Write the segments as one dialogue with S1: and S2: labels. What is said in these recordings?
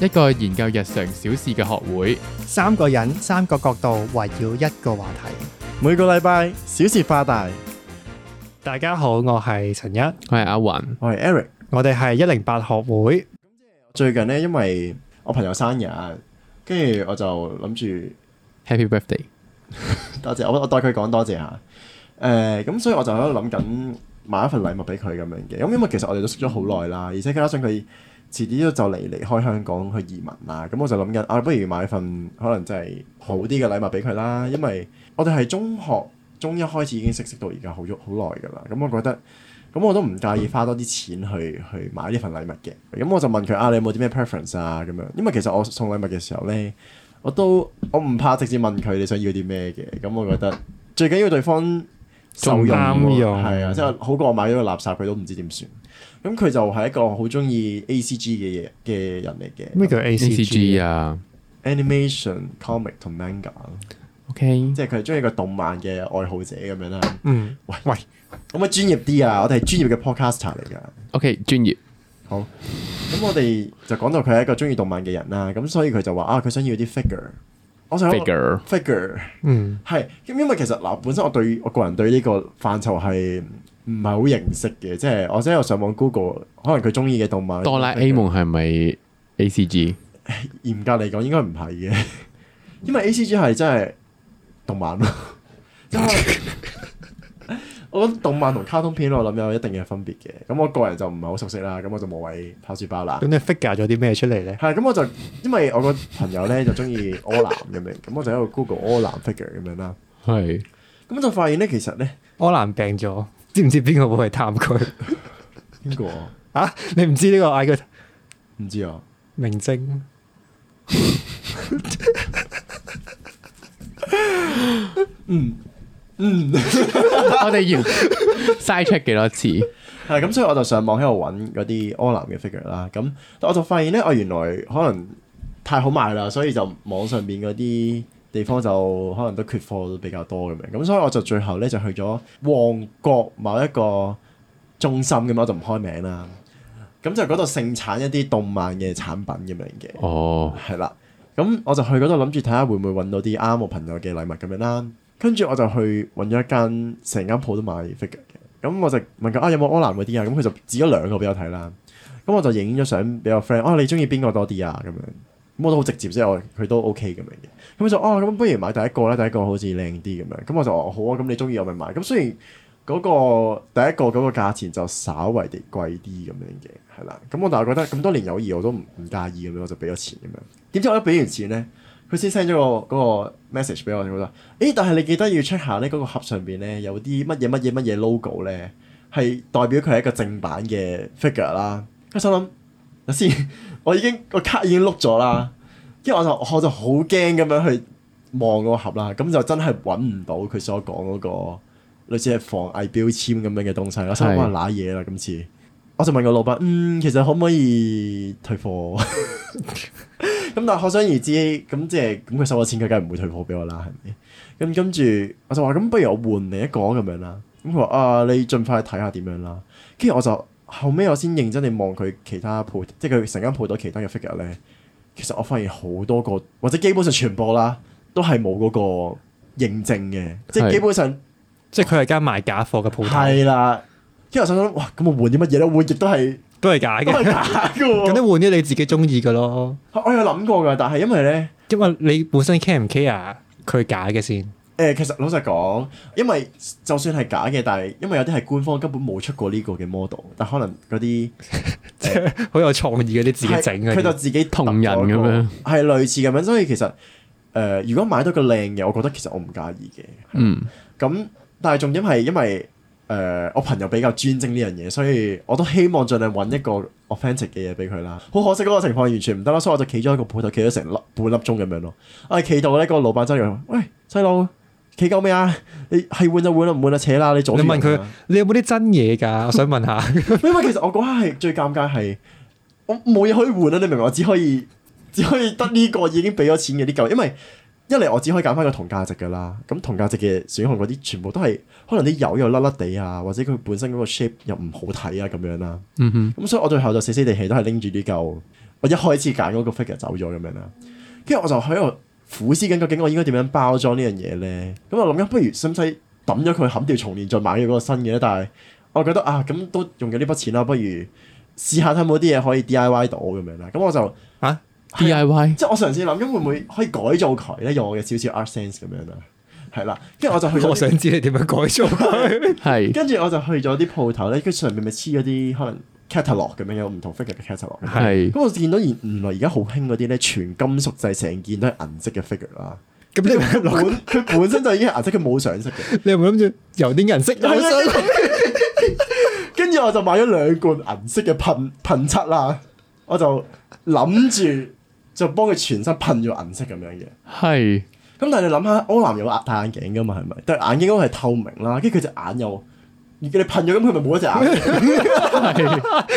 S1: 一個研究日常小事嘅學會，
S2: 三個人三個角度圍繞一個話題。
S3: 每個禮拜小事化大。
S2: 大家好，我係陳一，
S1: 我係阿雲。
S3: 我係 Eric。
S2: 我哋係一零八學會。
S3: 最近呢，因為我朋友生日，啊跟住我就諗
S1: Happy birthday！
S3: 住多謝我，我代佢講多謝下。誒、咁所以我就喺度諗緊買一份禮物俾佢咁樣嘅。咁因為其實我哋都識咗好耐啦，而且加上佢遲啲都就嚟離開香港去移民啦。咁我就諗緊啊，不如買份可能真係好啲嘅禮物俾佢啦。因為我哋係中學中一開始已經識識到而家好咗好耐㗎啦。咁我覺得。咁我都唔介意花多啲錢去去買呢份禮物嘅。咁我就問佢啊，你有冇啲咩 preference 啊？咁樣，因為其實我送禮物嘅時候咧，我都我唔怕直接問佢你想要啲咩嘅。咁我覺得最緊要對方受用
S2: 仲啱
S3: 喎，
S2: 用
S3: 係啊，即係好過我買咗個垃圾佢都唔知點算。咁佢就係一個好中意 ACG 嘅嘢嘅人嚟嘅。
S2: 咩叫 A C G
S1: ACG
S2: 啊？
S1: 啊
S3: animation、comic 同 manga 咯
S1: ，OK，
S3: 即係佢係中意個動漫嘅愛好者咁樣啦。
S2: 嗯，
S3: 喂
S2: 喂，
S3: 咁啊專業啲啊，我哋係專業嘅 podcaster 嚟㗎。
S1: OK，專業
S3: 好，咁我哋就講到佢係一個中意動漫嘅人啦，咁所以佢就話啊，佢想要啲 figure，我想
S1: figure。
S3: figure
S2: 嗯，
S3: 係，咁因為其實嗱，本身我對我個人對呢個範疇係唔係好認識嘅，即係我即係我上網 Google，可能佢中意嘅動漫
S1: 哆啦 A 夢係咪 ACG？
S3: 嚴格嚟講應該唔係嘅， 因為 A C G 係真係動漫咯， 即係我覺得動漫同卡通片我諗有一定嘅分別嘅，咁我個人就唔係好熟悉啦，咁我就無謂拋書包啦。
S2: 咁你 figure 咗啲咩出嚟咧？
S3: 係咁我就因為我個朋友咧就中意柯南咁樣，咁我就喺度 Google 柯南 figure 咁樣啦。
S1: 係
S3: 咁就發現咧，其實咧
S2: 柯南病咗，知唔知邊個會去探佢
S3: 邊個啊
S2: 啊？你唔知呢個嗌佢
S3: 唔知啊？
S2: 明晶，
S3: 嗯，
S1: 我哋要 side check 幾多次？
S3: 係咁，所以我就上網喺度揾嗰啲柯南嘅 figure 啦。咁我就發現咧，我原來可能太好賣啦，所以就網上邊嗰啲地方就可能都缺貨都比較多咁樣。咁所以我就最後咧就去咗旺角某一個中心咁樣，我就唔開名啦。咁就嗰度盛產一啲動漫嘅產品咁樣嘅。
S1: 哦，
S3: 係啦，咁我就去嗰度諗住睇下會唔會揾到啲啱我朋友嘅禮物咁樣啦。跟住我就去揾咗一間成間鋪都買 figure 嘅，咁我就問佢啊有冇柯南嗰啲啊，咁佢就指咗兩個俾我睇啦。咁我就影咗相俾我 friend，啊你中意邊個多啲啊咁樣，咁我都好直接即係我佢都 OK 咁樣嘅。咁佢就哦咁不如買第一個啦，第一個好似靚啲咁樣。咁我就哦好啊，咁你中意我咪買。咁雖然嗰個第一個嗰個價錢就稍為地貴啲咁樣嘅，係啦。咁我但係覺得咁多年友誼我都唔唔介意咁樣，我就俾咗錢咁樣。點知我一俾完錢咧，佢先 send 咗個嗰個 message 俾我，佢話：誒，但係你記得要 check 下咧，嗰個盒上邊咧有啲乜嘢乜嘢乜嘢 logo 咧，係代表佢係一個正版嘅 figure 啦。跟住我心諗，等先， 我已經個卡已經碌咗啦，跟住我就我就好驚咁樣去望嗰個盒啦，咁就真係揾唔到佢所講嗰個類似係防偽標籤咁樣嘅東西啦。我心諗
S1: 係
S3: 哇，揦嘢啦今次。我就問個老闆，嗯，其實可唔可以退貨？ 咁但係可想而知，咁即係咁佢收咗錢，佢梗係唔會退貨俾我啦，係咪？咁跟住我就話咁，不如我換你一個咁樣啦。咁佢話啊，你盡快睇下點樣啦。跟住我就後尾我先認真地望佢其他鋪，即係佢成間鋪頭其他嘅 figure 咧。其實我發現好多個，或者基本上全部啦，都係冇嗰個認證嘅，即係
S1: 係
S3: 基本上
S2: 即係佢係間賣假貨嘅鋪頭，
S3: 係啦。跟住我想諗，哇！咁我換啲乜嘢咧？換亦都係
S2: 都係假
S3: 都係
S2: 嘅。
S3: 假嘅
S2: 咁你
S3: 喎。
S2: 換啲你自己中意嘅咯，
S3: 我有諗過㗎，但係因為咧。
S2: 因為你本身 care 唔 care 佢假嘅先。
S3: 誒、其實老實講，因為就算係假嘅，但係因為有啲係官方根本冇出過呢個嘅 model，但可能嗰啲
S2: 即係好有創意嗰啲自己整
S3: 係
S2: 嘅，
S3: 佢就自己
S1: 同人咁樣，
S3: 係類似咁樣，所以其實誒、呃如果買到個靚嘅，我覺得其實我唔介意嘅。
S1: 嗯，
S3: 咁但係重點係因為誒、呃我朋友比較專精呢樣嘢，所以我都希望盡量揾一個 authentic 嘅嘢俾佢啦。 好可惜嗰個情況完全唔得啦，所以我就企咗喺個鋪頭企咗成粒半粒鐘咁樣咯。啊，企到咧，嗰個老闆真係話：喂，細路，企夠未啊？你係換就換啦，唔換就扯啦，你阻住
S2: 你問
S3: 人
S2: 佢
S3: 啊
S2: 你有冇啲真嘢㗎？我想問下，
S3: 因為其實我嗰刻係最尷尬係，啊 我冇嘢可以換啦，你明唔明？我只可以只可以得呢個已經俾咗錢嘅呢嚿，因為一嚟我只可以揀翻個同價值噶啦，咁同價值嘅選項嗰啲全部都係可能啲油又甩甩地啊，或者佢本身嗰個 shape 又唔好睇啊咁樣啦。
S1: 嗯哼，
S3: 咁所以我最後就死死地氣都係拎住呢嚿，我一開始揀嗰個 figure 走咗咁樣啦。跟住我就喺度苦思緊，究竟我應該點樣包裝呢樣嘢咧？咁我諗緊，不如使唔使抌咗佢冚掉重練，再買咗嗰個新嘅咧？但係我覺得啊，咁都用咗呢筆錢啦，不如試下睇有冇啲嘢可以 D I Y 到咁樣啦。咁我就
S2: 嚇
S1: D I Y
S3: 即係我嘗試諗緊會唔會可以改造佢咧，用我嘅少少 art sense 咁樣啦。啊係啦，跟住我就去咗
S4: 我想知你點樣改造佢。
S1: 係
S3: 跟住我就去咗啲鋪頭咧，跟住上面咪黐咗啲可能 catalog 咁樣有唔同 figure 嘅 catalog 咁樣。
S1: 係
S3: 咁我見到原原來而家好興嗰啲咧，全金屬製成件都係銀色嘅 figure 啦。
S4: 咁你有冇
S3: 本
S4: 諗
S3: 佢本身就已經係銀色，佢冇上色嘅。
S4: 你有冇諗住由啲人識有
S3: 啊
S4: 想？
S3: 跟住我就買咗兩罐銀色嘅噴噴漆啦，我就諗住就幫佢全身噴咗銀色咁樣嘅。
S1: 係
S3: 咁但係你諗下，柯南有眼戴眼鏡噶嘛，係咪？但係眼鏡嗰個係透明啦，跟住佢隻眼又，你噴咗咁，佢咪冇一隻眼。
S1: 係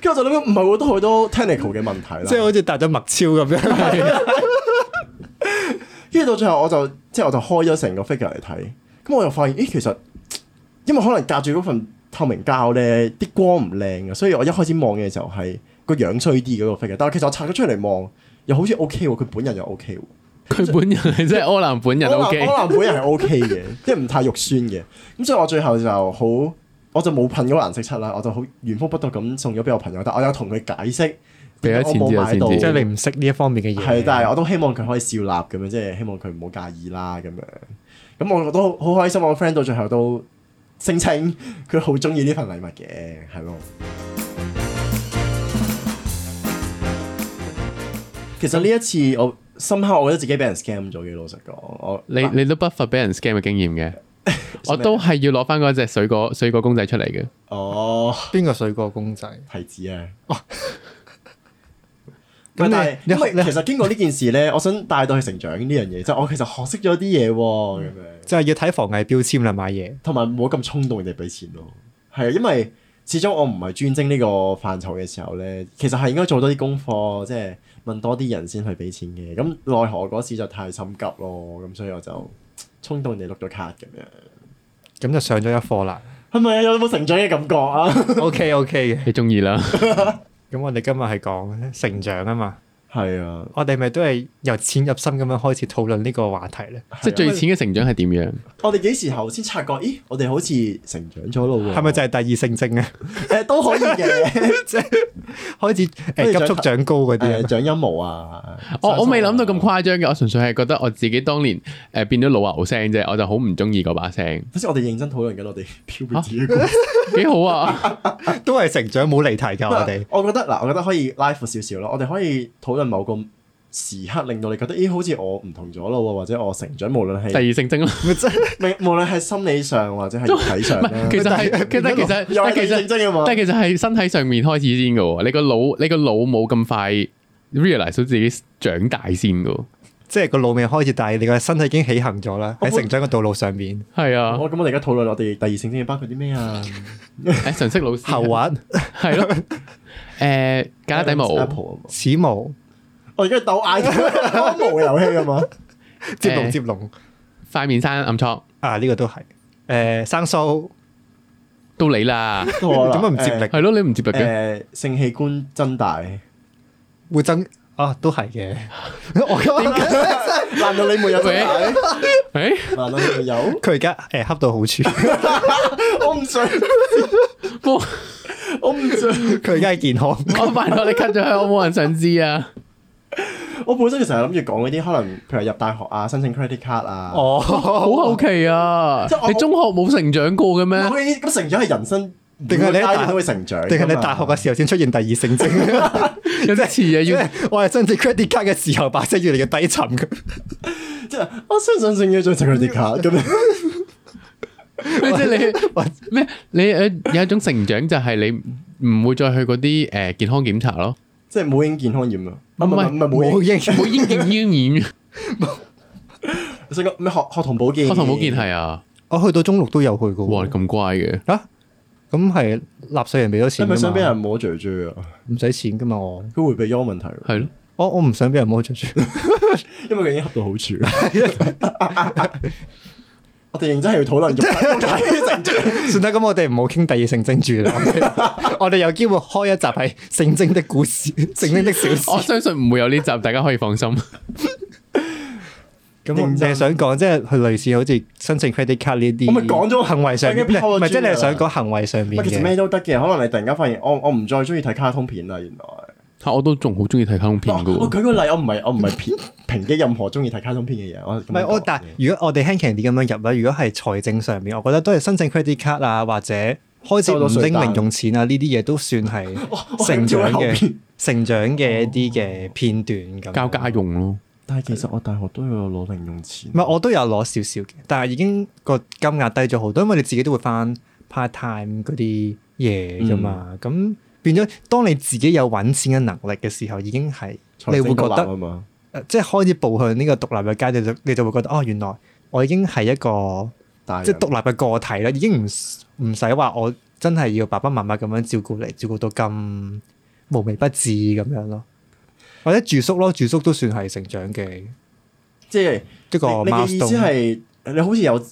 S3: 跟住我就諗緊，唔係喎，都好多 technical 嘅問題啦。
S4: 即係好似達咗麥超咁樣。
S3: 啊跟住到最後我就即係我就開咗成個 figure 嚟睇，咁我又發現，咦，其實因為可能隔住嗰份透明膠咧，啲光唔靚啊嘅，所以我一開始望嘅時候係個樣衰啲嗰個 figure，但係其實我拆咗出嚟望，又好似 O K 喎，佢本人又 O K 喎，
S1: 佢本人係即係柯南本人
S3: 可能
S1: O
S3: 可
S1: K，
S3: 能本人係 O K 嘅，即係唔太肉酸嘅，咁所以我最後就好，我就冇噴嗰個顏色漆啦，我就好原封不動咁送咗俾我朋友，但我有同佢解釋，
S1: 俾咗錢之後先知
S3: 我冇買
S4: 即
S3: 到
S4: 係你唔識呢一方面嘅嘢。
S3: 係，但係我都希望佢可以笑納咁樣，即係希望佢唔好介意啦咁樣。咁我都好開心，啊我個 friend 到最後都聲稱佢好中意呢份禮物嘅，係咯。其實呢一次我深刻，我覺得自己俾人 scam 咗嘅。老實講，我
S1: 你你都不乏俾人 scam 嘅經驗 嘅。我都係要攞翻嗰隻水果水果公仔出嚟嘅，
S3: 哦
S4: 邊個水果公仔？
S3: 提子啊。
S4: 咁
S3: 咁但
S4: 你
S3: 係
S4: 你
S3: 因為
S4: 你
S3: 其實經過呢件事咧，我想帶到去成長呢樣嘢，即係我其實學識咗啲嘢喎咁樣。
S4: 就係要睇防偽標籤啦，買嘢。
S3: 同埋冇咁衝動地俾錢咯。係啊，因為始終我唔係專精呢個範疇嘅時候咧，其實係應該做多啲功課，即係問多啲人先去俾錢嘅。咁奈何我嗰時就太心急咯，咁所以我就衝動地碌咗卡咁樣。
S4: 咁就上咗一課 啦。
S3: 係咪啊？有冇成長嘅感覺啊？
S4: OK OK 嘅。
S1: 你中意啦，
S4: 咁我哋今日係講成長啊嘛，
S3: 係啊，
S4: 我哋咪都係由淺入深咁樣開始討論呢個話題咧。
S1: 即係最淺嘅成長係點樣？
S3: 我哋幾時候先察覺？咦，我哋好似成長咗咯喎？
S4: 係咪就
S3: 係
S4: 係第二性徵啊？
S3: 誒都可以 嘅？
S4: 開始
S3: 不如
S4: 誒急速長高嗰啲
S3: 誒
S4: 啊？
S3: 長陰毛啊！
S1: 我我未諗到咁
S3: 快。
S1: 誇張嘅，我純粹係覺得我自己當年誒變咗老牛聲啫，我就好唔中意嗰把 聲，
S3: 好似我哋認真討論緊我哋 puberty 嘅故事
S1: 幾好啊！
S4: 都係成長冇離題㗎，我 哋
S3: 啊我覺得嗱，我覺得可以拉闊少少咯。我哋可以討論某個時刻，令到你覺得，咦，好似我唔同咗咯喎，或者我成長，無論
S1: 第
S3: 係
S1: 二性徵咯，
S4: 咪真係
S3: 明無論係心理上或者係肉體上啦，
S1: 其實係，其實其實
S3: 又係
S1: 但其
S3: 認
S1: 實
S3: 真嘅嘛。
S1: 但其實係身體上面開始先嘅喎，你個腦你個腦冇咁快 realize 到自己長大先嘅喎，
S4: 即係個腦未開始，但係你個身體已經起行咗啦，
S3: 我
S4: 喺
S3: 本
S4: 成長嘅道路上面。
S1: 係啊，
S3: 我咁我哋而家討論我哋第二性徵嘅包括啲咩啊？
S1: 誒常識老師啊
S4: 頭滑、
S1: 係 咯，誒格拉底毛
S3: Apple 啊嘛
S4: 恥毛、
S3: 我而家鬥 嗌緊毛嘅遊戲啊嘛。
S4: 接龍、
S1: 誒
S4: 接龍
S1: 塊面生暗瘡
S4: 啊！呢個都係誒生鬚，
S1: 到你啦，
S3: 都好啦
S4: 點解唔接力
S1: 係咯，你唔接力啊嘅。
S3: 誒誒性器官增 大，
S4: 會增啊，都係嘅。我佢
S3: 難道你沒有增大？
S1: 誒，
S3: 難道你沒有？
S4: 而家誒恰到好處，
S3: 我唔想，
S1: 我
S3: 我唔想。
S4: 佢而家係健康。
S1: 我拜託你 cut 咗佢，我冇人想知啊！
S3: 我本身其實係諗住講嗰啲可能，譬如入大學啊，申請 credit card 啊。
S1: 好
S4: 哦，
S1: 好奇啊
S3: 即係！我
S1: 你中學冇成長過嘅
S3: 唔
S1: 咩？
S3: 可以咁成長係人生，
S4: 定係你喺大
S3: 都會成長㗎嘛，
S4: 定係你大學嘅時候先出現第二性徵？
S1: 有啲似啊，
S4: 即
S1: 要
S4: 係 我係申請 credit card 嘅時候，把聲越嚟越低沉嘅。
S3: 即係我相信性嘅最成佢啲卡 咁樣，
S1: 即係你咩？你呃誒有一種成長就係你唔會再去嗰啲誒健康檢查 咯，
S3: 即係冇影健康險啊！
S1: 唔係
S3: 唔係冇
S4: 冇
S3: 影，
S4: 應
S1: 冇醫健醫院，
S3: 我想講咩學學童保健，
S1: 我同冇健係 啊！
S4: 我去到中六都有去嘅。
S1: 哇，你咁乖嘅，
S4: 啊，咁係納税人俾咗
S3: 你
S4: 錢㗎
S3: 咪
S4: 嘛
S3: 想俾人摸嘴嘴啊？
S4: 唔使錢噶嘛我。
S3: 佢迴避咗個問題喎，
S1: 係咯，
S4: 哦我我唔想俾人摸着住。
S3: 因為佢已經恰到好處。 我哋認真係要討論肉 體
S4: 算啦，咁我哋唔好傾第二性征住啦。我哋有機會開一集係性征的故事、 性征的小
S3: 哦
S1: 我
S4: 事。
S1: 相信唔會有呢集，大家可以放心。
S4: 咁我
S3: 認
S4: 你
S3: 真
S4: 係
S3: 哦
S4: 想講，即係佢類似好似申請 credit card 呢啲，
S3: 我咪講咗
S4: 行為上面，
S3: 我已經拋咗
S4: 唔係即係你係
S3: 磚㗎啦
S4: 想講行為上面
S3: 啊喂，其實咩
S4: 嘅。
S3: 都得嘅，可能你突然間發現，我我唔再中意睇卡通片啦，原來。
S1: 嚇我都仲好中意睇卡通片
S3: 我
S1: 噶
S3: 我
S1: 喎。
S3: 舉個例，我唔係我唔係 評評擊任何中意睇卡通片嘅嘢，我唔
S4: 唔係我，
S3: 哦
S4: 但係如果我哋輕輕啲咁樣入啦，如果係財政上面，我覺得都係申請 credit card 啊，或者開始
S3: 收到
S4: 唔
S3: 稅
S4: 拎
S3: 單哦
S4: 零用錢啊，呢啲嘢都算係
S3: 我
S4: 成
S3: 跳喺
S4: 長
S3: 後邊
S4: 嘅成長嘅一啲嘅片段咁樣。
S1: 交家用咯，
S3: 但係其實我大學都有攞零用錢。
S4: 唔係，我都有攞少少嘅，但係已經個金額低咗好多，因為你自己都會翻 part time 嗰啲嘢㗎
S3: 嗯
S4: 嘛。咁、變咗，當你自己有揾錢嘅能力嘅時候，已經係你
S3: 財政
S4: 會覺
S3: 獨立啊
S4: 得，
S3: 嘛，
S4: 呃即係開始步向呢個獨立嘅階段，你就你就會覺得哦，原來我已經係一個
S3: 大人
S4: 即係獨立嘅個體啦，已經唔唔使話我真係要爸爸媽媽咁樣照顧你，照顧到咁無微不至咁樣咯。或者住宿咯，住宿都算係成長嘅
S3: 即係
S4: 一個
S3: 你你嘅意思
S4: milestone
S3: 係你好似有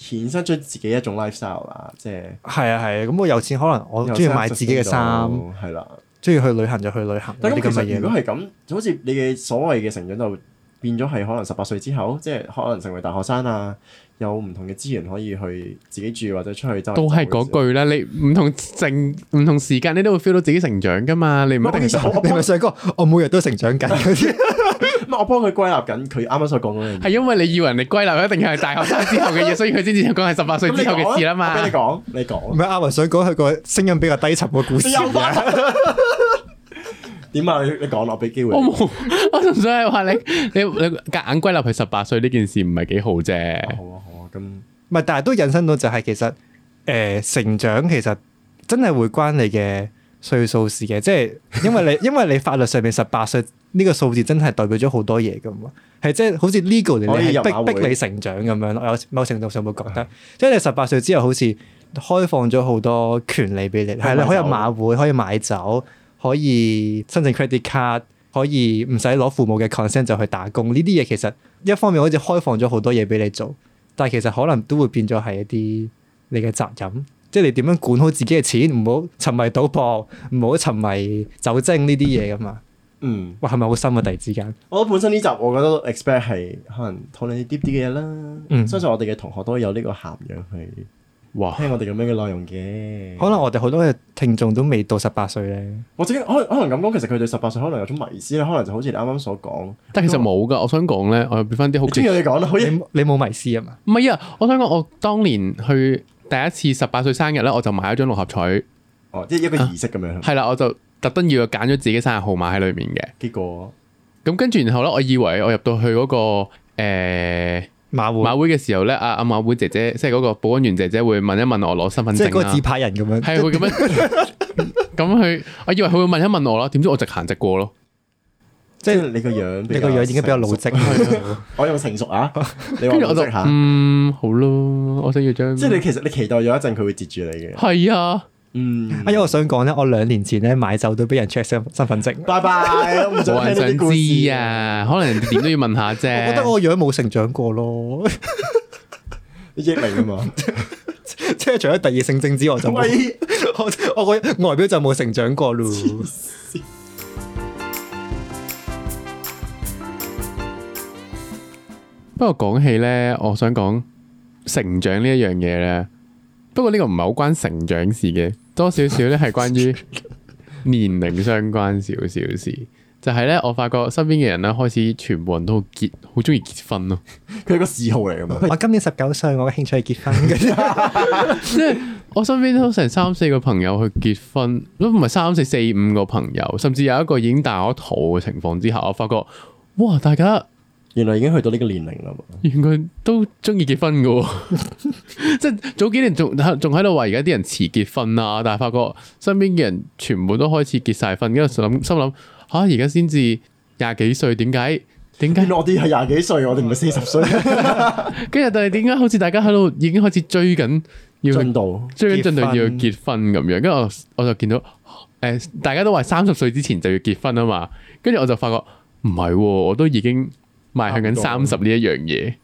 S3: 衍生出自己一種 lifestyle 啦，即係
S4: 係啊係啊，咁我有錢可能我
S3: 由
S4: 中意
S3: 生
S4: 買
S3: 就
S4: 自己嘅
S3: 到
S4: 衫，
S3: 係啦。
S4: 中意去旅行就去旅行嗰
S3: 但
S4: 啲
S3: 咁
S4: 咁
S3: 其
S4: 嘅
S3: 實
S4: 嘢
S3: 如果
S4: 咯。
S3: 係咁，好似你嘅所謂嘅成長就變咗係可能十八歲之後，即係可能成為大學生啊，有唔同嘅資源可以去自己住或者出去周圍
S1: 都係嗰
S3: 走嘅時候。
S1: 句啦。你唔同成唔同時間，你都會 feel 到自己成長噶嘛。你唔一定
S3: 其實我
S4: 你咪想講，我每日都成 長緊嗰啲，
S3: 唔啊係我幫佢歸納緊佢啱啱所講嗰樣嘢。
S1: 係因為你要人哋歸納，一定係大學生之後嘅嘢，所以佢先至講係十八歲
S3: 咁你
S1: 之後嘅事啦
S3: 講啊
S1: 嘛
S3: 我。俾你講，你
S4: 唔
S3: 講。
S4: 係阿文想講佢個聲音比較低沉嘅故事
S3: 你 又
S4: 啊。
S3: 點啊？你你講啦，我俾機會
S1: 我
S3: 你。
S1: 冇， 我純粹係話你，你你夾硬歸納佢十八歲呢件事唔係幾好啫。
S3: 好啊好啊，咁
S4: 唔係，但係都引申到就係其實誒、呃成長其實真係會關你嘅歲數事嘅，即係因為 你因為你法律上面十八歲呢個數字真係代表咗好多嘢噶嘛，係即係好似 legal 你
S3: 可以入
S4: 係
S3: 馬
S4: 逼
S3: 會
S4: 逼你成長咁樣咯，有某程度上會覺得，即係你十八歲之後好似開放咗好多權利俾你，係你可以入馬會，可以買酒，可以申請 credit card。可以唔使攞父母嘅 consent 就去打工，呢啲嘢其實一方面好似開放咗好多嘢俾你做，但係其實可能都會變咗係一啲你嘅責任，即係你點樣管好自己嘅錢，唔好沉迷賭博，唔好沉迷酒精呢啲嘢噶嘛。
S3: 嗯，
S4: 哇，係咪好深啊？突然之間，
S3: 我本身呢集我覺得 expect 係可能討論啲 deep 啲嘅嘢啦。
S4: 嗯
S3: 相信我哋嘅同學都有呢個涵養去
S1: 哇！
S3: 聽我哋咁樣嘅內容嘅。
S4: 可能我哋好多嘅聽眾都未到十八歲咧，
S3: 或者可能可能咁講，其實佢哋十八歲可能有種迷思咧，可能就好似你啱啱所講。啊
S1: 但其實冇噶，我想講咧，我又變翻啲好
S3: 你中意
S1: 奇。
S3: 我哋講啦，好
S4: 你
S3: 似
S4: 你冇迷思啊嘛？
S1: 唔係啊，我想講我當年去第一次十八歲生日咧，我就買咗張六合彩，
S3: 哦，即係一個儀式咁樣。
S1: 係啦，我就特登要揀咗自己生日號碼喺裏面嘅。
S3: 結果
S1: 咁跟住然後咧，我以為我入到去嗰、個誒、呃、
S4: 馬會
S1: 馬會嘅時候咧，阿、啊、阿馬會姐姐，即係嗰個保安員姐姐會問一問我攞身份
S4: 即係
S1: 證啊
S4: 嗰個
S1: 啦
S4: 自，拍人咁樣，
S1: 係會咁啊樣。 咁佢，我以為佢會問一問我啦，點知我直行直過咯。
S3: 即係你個樣，
S4: 你個樣已經比較老積。
S3: 我用成熟啊，你話
S1: 跟住我
S3: 老
S1: 就
S3: 積下，
S1: 嗯好咯，我想要張。
S3: 即係你其實你期待咗一陣佢會截住你嘅。
S1: 係啊，
S3: 嗯，
S4: 啊，因為我想講咧，我兩年前咧買酒都俾人 check 身身份證，我
S3: 拜拜，我唔
S1: 冇
S3: 想
S1: 人
S3: 聽呢啲
S1: 想
S3: 故
S1: 知
S3: 事。
S1: 啊，可能人哋點都要問下 啫。
S4: 覺得我個樣冇成長過咯，
S3: 你益明啊嘛，
S4: 即係除咗第二性徵之外就冇
S3: 喂，
S4: 我我個外表就冇成長過咯。
S1: 不過講起咧，我想講成長呢一樣嘢咧。不過呢個唔係好關成長事嘅，多少少咧係關 於年齡相關少少事。就係咧，我發覺身邊嘅人咧開始全部人都好結，好中意結婚咯。
S3: 佢係個嗜好嚟噶嘛。
S4: 我今年十九歲，我嘅興趣係結婚嘅。
S1: 即係我身邊都成三四個朋友去結婚，都唔係三四四五個朋友，甚至有一個已經大我肚嘅情況之下，我發覺哇，大家
S3: 原來已經去到呢個年齡啦嘛。
S1: 原來都中意結婚嘅喎， 即係早幾年仲仲喺度話而家啲人遲結婚啊，但係發覺身邊嘅人全部都開始結晒婚，跟住諗心諗吓而家先至廿幾歲，點解點解
S3: 原來我哋係廿幾歲，我哋唔係四十歲。
S1: 跟住但係點解好似大家喺度已經開始追緊要去
S3: 進度
S1: 追緊進度要
S4: 結婚
S1: 結婚咁樣，跟住我我就見到誒、大家都話三十歲之前就要結婚啊嘛，跟住我就發覺唔係喎，我都已經邁向緊
S3: 差唔
S1: 三
S3: 多
S1: 十呢一樣嘢。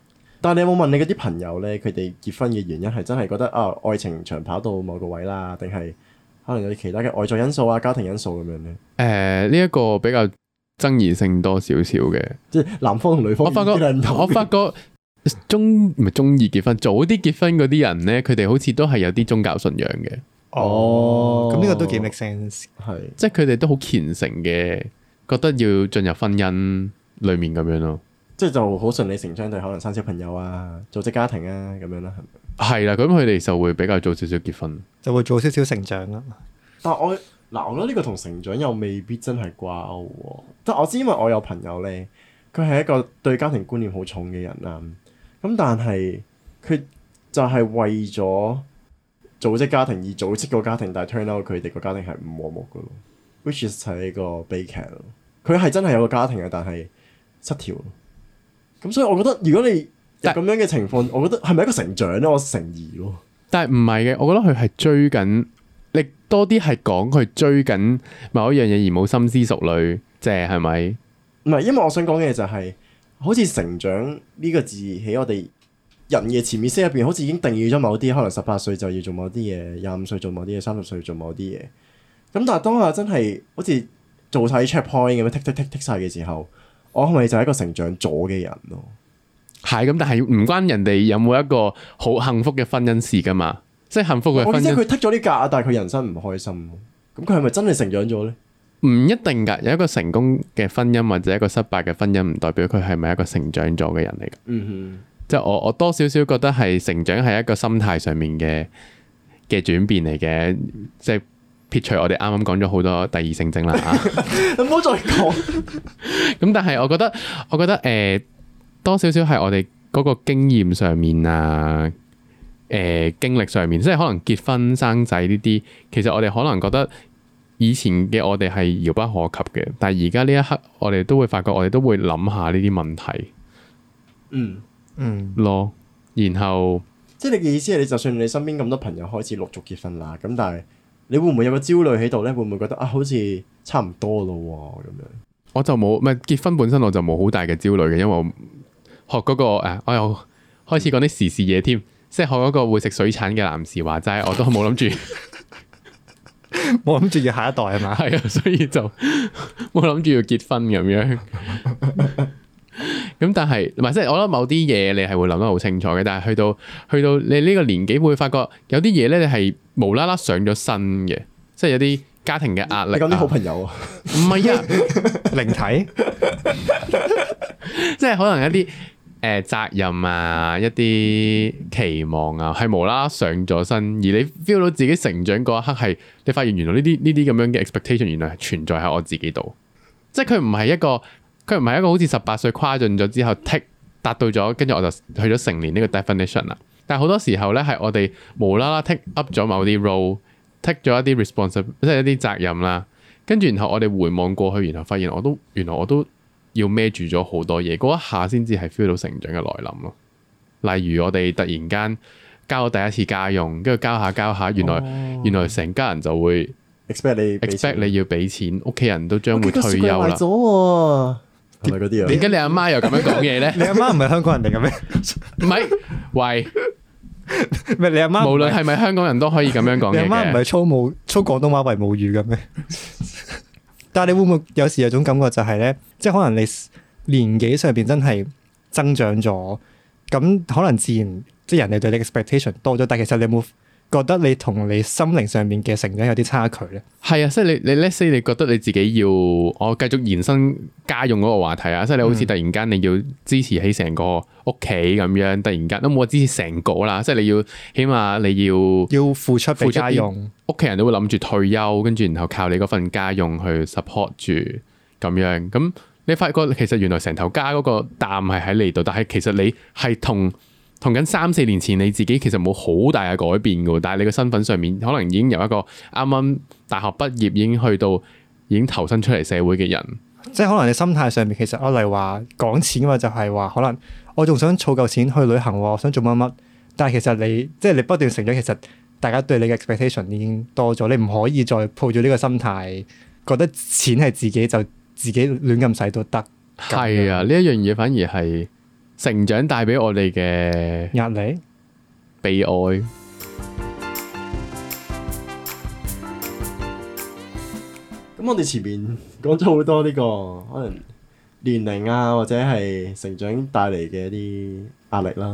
S3: 但係你有冇問你嗰啲朋友咧，佢哋結婚嘅原因係真係覺得啊愛情長跑到某個位啦，定係可能有啲其他嘅外在因素啊、家庭因素咁樣咧？
S1: 誒呢一個比較爭議性多少少嘅，
S3: 即係男方同女方
S1: 我發覺
S3: 意見係唔同
S1: 我發覺中唔係中意結婚，早啲結婚嗰啲人咧，佢哋好似都係有啲宗教信仰嘅，
S3: 哦
S4: 咁呢個都幾 make sense。
S3: 係
S1: 即係佢哋都好虔誠嘅，覺得要進入婚姻裡面咁樣咯。
S3: 即係就好順理成章地可能生小朋友啊、組織家庭啊咁樣啦。係咪
S1: 係啦，咁佢哋就會比較早少少結婚。
S4: 就會早少少成長啊啦。
S3: 但我嗱，我覺得呢個同成長又未必真係掛鈎喎。即係我知，因為我有朋友咧，佢係一個對家庭觀念好重嘅人啦。咁但係佢就係為咗組織家庭而組織個家庭，但係 turn out 佢哋個家庭係唔和睦嘅咯。which is 係一個悲劇咯。佢係真係有個家庭嘅，但係失調咯。咁所以我覺得，如果你有
S1: 但
S3: 咁樣嘅情況，我覺得係咪一個成長咧？我成疑咯。
S1: 但係唔係嘅，我覺得佢係追緊，你多啲係講佢追緊某一樣嘢而冇深思熟慮啫，係咪？
S3: 唔係，因為我想講嘅就係、好似成長呢個字喺我哋人嘅潛意識入邊，好似已經定義咗某啲，可能十八歲就要做某啲嘢，廿五歲做某啲嘢，三十歲做某啲嘢。咁但係當下真係好似做晒 check point 咁樣剔剔剔剔晒嘅時候，我係咪就係一個成長咗嘅人咯？
S1: 係咁，但係唔關人哋有冇一個好幸福嘅婚姻事噶嘛，即係幸福嘅
S3: 我
S1: 婚
S3: 即係
S1: 姻
S3: 佢剔咗啲格，但係佢人生唔開心咯。咁佢係咪真係成長咗咧？
S1: 唔一定㗎。有一個成功嘅婚姻或者一個失敗嘅婚姻，唔代表佢係咪一個成長咗嘅人嚟㗎。
S3: 嗯
S1: 即係我我多少少覺得係成長係一個心態上面嘅嘅轉變嚟嘅，即係撇除我哋啱啱講咗好多第二性徵啦啊
S3: 哼， 你唔好再講。
S1: 咁但係我覺得，我覺得誒、多少少係我哋嗰個經驗上面啊，誒、經歷上面，即係可能結婚生仔呢啲，其實我哋可能覺得以前嘅我哋係遙不可及嘅，但係而家呢一刻，我哋都會發覺，我哋都會諗下呢啲問題
S3: 嗯。
S4: 嗯，
S1: 咯。然後
S3: 即係你嘅意思係，你就算你身邊咁多朋友開始陸續結婚啦，咁但係你會唔會有個焦慮喺度咧？會唔會覺得啊，好似差唔多咯喎咁樣？
S1: 我就冇，唔係結婚本身我就冇好大嘅焦慮嘅，因為我學嗰、個、誒我又開始講啲時事嘢添，即係學嗰個會食水產嘅男士話齋，我都冇諗住。
S4: 我諗住要下一代係嘛？
S1: 係啊， 所以就冇諗住要結婚咁樣。咁但係唔係即係我覺得某啲嘢你係會諗得好清楚嘅，但係去到去到你呢個年紀會發覺有啲嘢咧你係無啦啦上咗身嘅，即係有啲家庭嘅壓力
S3: 你咁啲
S1: 啊。
S3: 好朋友啊，
S1: 唔係啊，
S4: 靈體
S1: 即係可能一啲誒、呃、責任啊，一啲期望啊，係無啦啦上咗身，而你 feel 到自己成長嗰一刻係，你發現原來呢啲呢啲咁樣嘅 expectation 原來係存在喺我自己度，即係佢唔係一個佢唔係一個好似十八歲跨進咗之後 tick 達到咗，跟住我就去咗成年呢個 definition 啦。但係好多時候咧係我哋無啦啦 tick up 咗某啲 role，tick 咗一啲 responsible，即係一啲責任啦。跟住然後我哋回望過去，然後發現我都原來我都要孭住咗好多嘢，嗰一下先至係 feel 到成長嘅來臨咯。例如我哋突然間交第一次家用，跟住交下交下，原來、
S4: 哦
S1: 原來成家人就會
S3: expect 你俾
S1: expect
S3: 錢
S1: 你要俾錢，屋企人都將會
S3: 我記得
S1: 退
S3: 雪櫃
S1: 休
S3: 壞
S1: 啦
S3: 咗。喎，係咪嗰
S1: 點
S3: 啲啊？
S1: 解你阿媽又咁樣講嘢咧？
S4: 你阿媽唔係香港人嚟嘅咩？
S1: 唔係，喂，
S4: 唔係你阿 媽唔係，
S1: 無論係咪香港人都可以咁樣講
S4: 你
S1: 嘢
S4: 阿媽唔
S1: 嘅
S4: 係。操母操廣東話為母語 嘅咩？但係你會唔會有時有種感覺就係咧，即係可能你年紀上邊真係增長咗，咁可能自然即係人哋對你 expectation 多咗，但係其實你有冇覺得你同你心靈上面嘅成長有啲差距咧？
S1: 係啊，即係你你 let's say 你覺得你自己要我繼續延伸家用嗰個話題啊，即係你好似突然間你要支持起成個屋企咁樣，突然間都冇話支持成個啦，即係你要起碼你要屋
S4: 要付出俾
S1: 付出啲
S4: 家用，
S1: 企人都會諗住退休，跟住然後靠你嗰份家用去 support 住咁樣，咁你發覺其實原來成頭家嗰個擔係喺你度，但係其實你係同。同緊三四年前你自己其實冇好大嘅改變嘅喎，但係你個身份上面可能已經由一個啱啱大學畢業已經去到已經投身出嚟社會嘅人，
S4: 即係可能你心態上面其實我例如話講錢嘅話，就係話可能我仲想儲夠錢去旅行喎，我想做乜乜，但係其實你即係你不斷成長，其實大家對你嘅 expectation 已經多咗，你唔可以再抱住呢個心態，覺得錢係自己就自己亂咁使都得。咁樣
S1: 係啊，呢一樣嘢反而係成長帶俾我哋嘅
S4: 壓力。
S1: 悲哀。
S3: 咁我哋前面講咗好多呢、個可能年齡啊，或者係成長帶嚟嘅一啲壓力啦。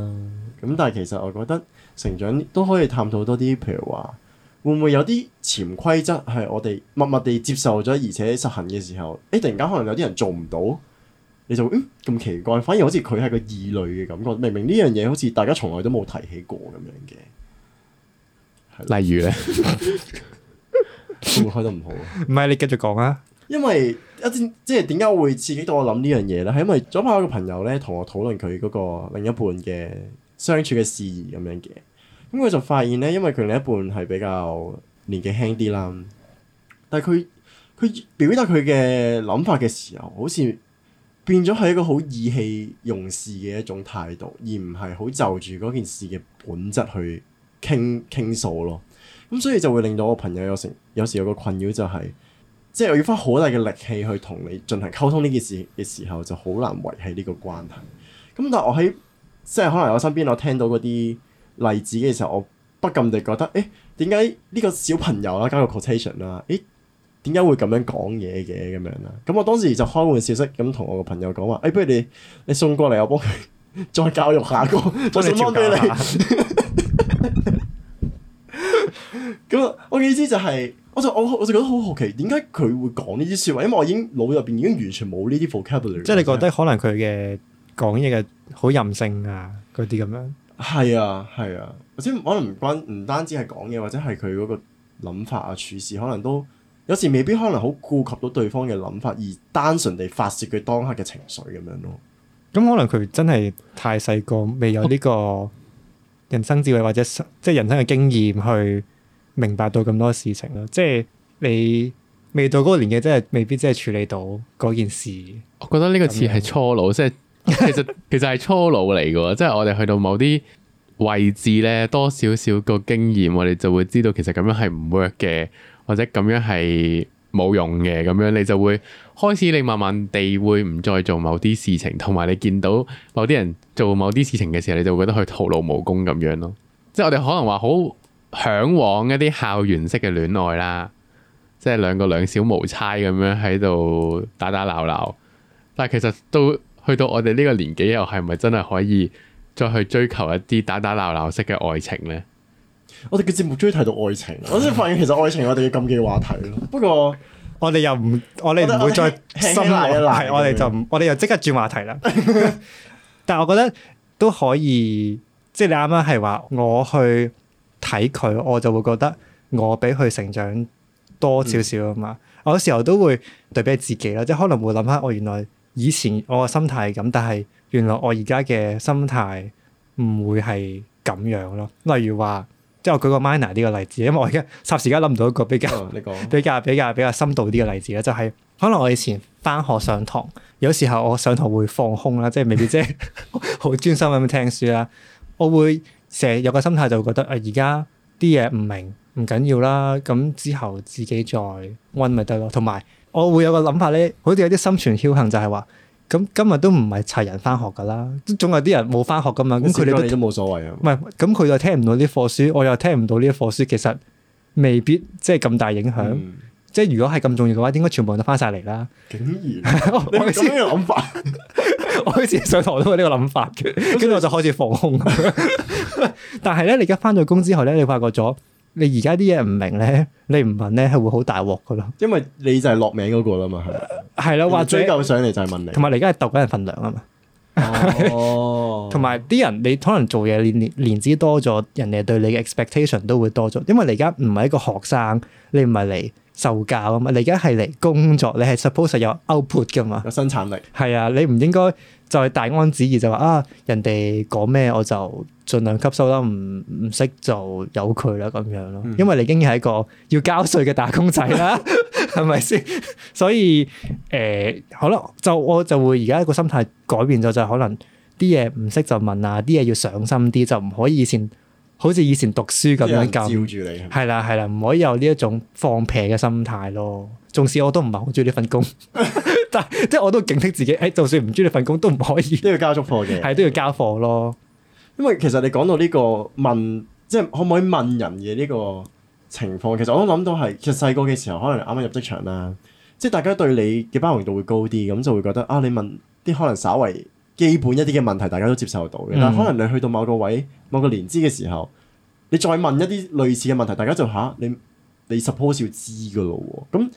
S3: 咁但係其實我覺得成長都可以探討多啲，譬如話會唔會有啲潛規則係我哋默默地接受咗，而且實行嘅時候，誒、突然間可能有啲人做唔到，你就會嗯咁奇怪，反而好似佢係個異類嘅感覺。明明呢樣嘢好似大家從來都冇提起過咁樣 嘅，
S1: 例如咧，
S3: 會唔會開得唔好啊？
S4: 唔係你繼續講啊，
S3: 因為一啲即係點解會刺激到我諗呢樣嘢咧？係因為早排有個朋友咧同我討論佢嗰個另一半嘅相處嘅事宜咁樣嘅，咁佢就發現咧，因為佢另一半係比較年紀輕啲啦，但係佢佢表達佢嘅諗法嘅時候，好似變咗係一個好意氣用事嘅一種態度，而唔係好就住嗰件事嘅本質去傾傾訴咯。咁所以就會令到我朋友有成有時有個困擾就係、即係我要花好大嘅力氣去同你進行溝通呢件事嘅時候，就好難維係呢個關係。咁但係我喺即係可能我身邊我聽到嗰啲例子嘅時候，我不禁地覺得，誒點解呢個小朋友啦，加個 quotation 啦，誒點解會咁樣講嘢嘅咁樣啦？咁我當時就開玩笑式咁同我個朋友講話，誒、不如你你送過嚟，我幫佢 再教育下個，再
S4: 幫你啊
S3: 送翻
S4: 調
S3: 俾
S4: 教
S3: 你。
S4: 下。
S3: 咁我嘅意思就係、我就我我就覺得好好奇，點解佢會講呢啲説話？因為我已經腦入邊已經完全冇呢啲 vocabulary。
S4: 即係你覺得可能佢嘅講嘢嘅好任性啊，嗰啲咁樣。
S3: 係啊，係啊，或者可能唔關唔單止係講嘢，或者係佢嗰個諗法啊、處事，可能都有時未必可能好顧及到對方嘅諗法，而單純地發泄佢當刻嘅情緒咁樣咯。
S4: 咁可能佢真係太細個，未有呢個人生智慧或者生即係人生嘅經驗去明白到咁多事情咯。即係你未到嗰個年紀，真係未必真係處理到嗰件事。
S1: 我覺得呢個似係初老，即係其實 其實係初老嚟嘅喎，即係我哋去到某啲位置咧，多少少個經驗，我哋就會知道其實咁樣係唔 work 嘅，或者咁樣係冇用嘅，咁樣你就會開始你慢慢地會唔再做某啲事情，同埋你見到某啲人做某啲事情嘅時候，你就會覺得佢徒勞無功咁樣咯。即係我哋可能話好嚮往一啲校園式嘅戀愛啦，即係兩個兩小無猜咁樣喺度打打鬧鬧。但係其實到去到我哋呢個年紀，又係咪真係可以再去追求一啲打打鬧鬧式嘅愛情呢？
S3: 我哋嘅節目終於提到愛情，我先發現其實愛情係我哋嘅禁忌話題咯。不 過
S4: 我哋又唔，我哋唔會再
S3: 輕輕
S4: 深
S3: 賴一
S4: 落
S3: 賴
S4: 係我哋
S3: 咁樣
S4: 就唔，我哋又即刻轉話題啦。 但係我覺得都可以，即係你啱啱係話我去睇佢，我就會覺得我比佢成長多少少啊嘛。
S3: 嗯
S4: 我有時候都會對比自己啦，即係可能會諗下哦我原來以前我嘅心態係咁，但係原來我而家嘅心態唔會係咁樣咯。例如話，即係我舉個 minor 呢個例子，因為我而家霎時間諗唔到一個比較。
S3: 啊你講
S4: 比較比較比較深度啲嘅例子咧，就係、可能我以前翻學上堂，有時候我上堂會放空啦，即係未必即係 好專心咁樣聽書啦。我會成日有個心態就會覺得啊，而家啲嘢唔明唔緊要啦，咁之後自己再温咪得咯。同埋我會有個諗法咧，好似有啲心存僥倖，就係話咁今日都唔係齊人翻學噶啦，都總有啲人冇翻學噶嘛，咁佢哋都
S3: 你都冇所 謂啊
S4: 唔。係，咁佢又聽唔到呢課書，我又聽唔到呢課書，其實未必即係咁大影響。
S3: 嗯
S4: 即係如果係咁重要嘅話，應該全部人都翻晒嚟啦。
S3: 竟然
S4: 我
S3: 你係
S4: 開
S3: 咁
S4: 始
S3: 樣嘅諗法，
S4: 我開始上堂都有呢個諗法嘅，跟住我就開始放空。 但係咧，你而家翻咗工之後咧，你發覺咗你而家啲嘢唔明咧，你唔問咧係會好大鑊噶咯。
S3: 因為你就係落名嗰個啦嘛，係咪
S4: 係啦，啊或
S3: 追
S4: 者
S3: 究上嚟就係問你。
S4: 同埋你而家係鬥緊人份量啊嘛，
S3: 哦，
S4: 同埋啲人你可能做嘢年年年資多咗，人哋對你嘅 expectation 都會多咗，因為你而家唔係一個學生，你唔係嚟受教啊嘛，你而家係嚟工作，你係 suppose 係有 output 噶嘛。
S3: 有生產力。
S4: 係啊，你唔應該就係大安旨意就話啊，人哋講咩我就盡量吸收啦，唔唔識就由佢啦咁樣咯。因為你已經係一個要交税嘅打工仔啦， 係咪先？所以誒、可能就我就會而家個心態改變咗，就係可能啲嘢唔識就問啊，啲嘢要上心啲，就唔可以以前好似以前讀書咁
S3: 有人
S4: 樣
S3: 照
S4: 咁
S3: 住。你係咪。
S4: 係啦 係啦，唔可以有呢一種放屁嘅心態咯。縱使我都唔係好中意呢份工，但係即係我都警惕自己，誒，就算唔中意份工都唔可 以，
S3: 都要交足貨嘅。
S4: 係都要交貨咯。
S3: 因為其實你講到呢個問，即係可唔可以問人嘅呢個情況，其實我都諗到係，其實細個嘅時候可能啱啱入職場啦，即係大家對你嘅包容度會高啲，咁就會覺得啊，你問啲可能稍為基本一啲嘅問題，大家都接受到嘅。但係可能你去到某個位、某個年資嘅時候，你再問一啲類似嘅問題，大家就吓、啊你你 suppose 要知噶咯喎，咁。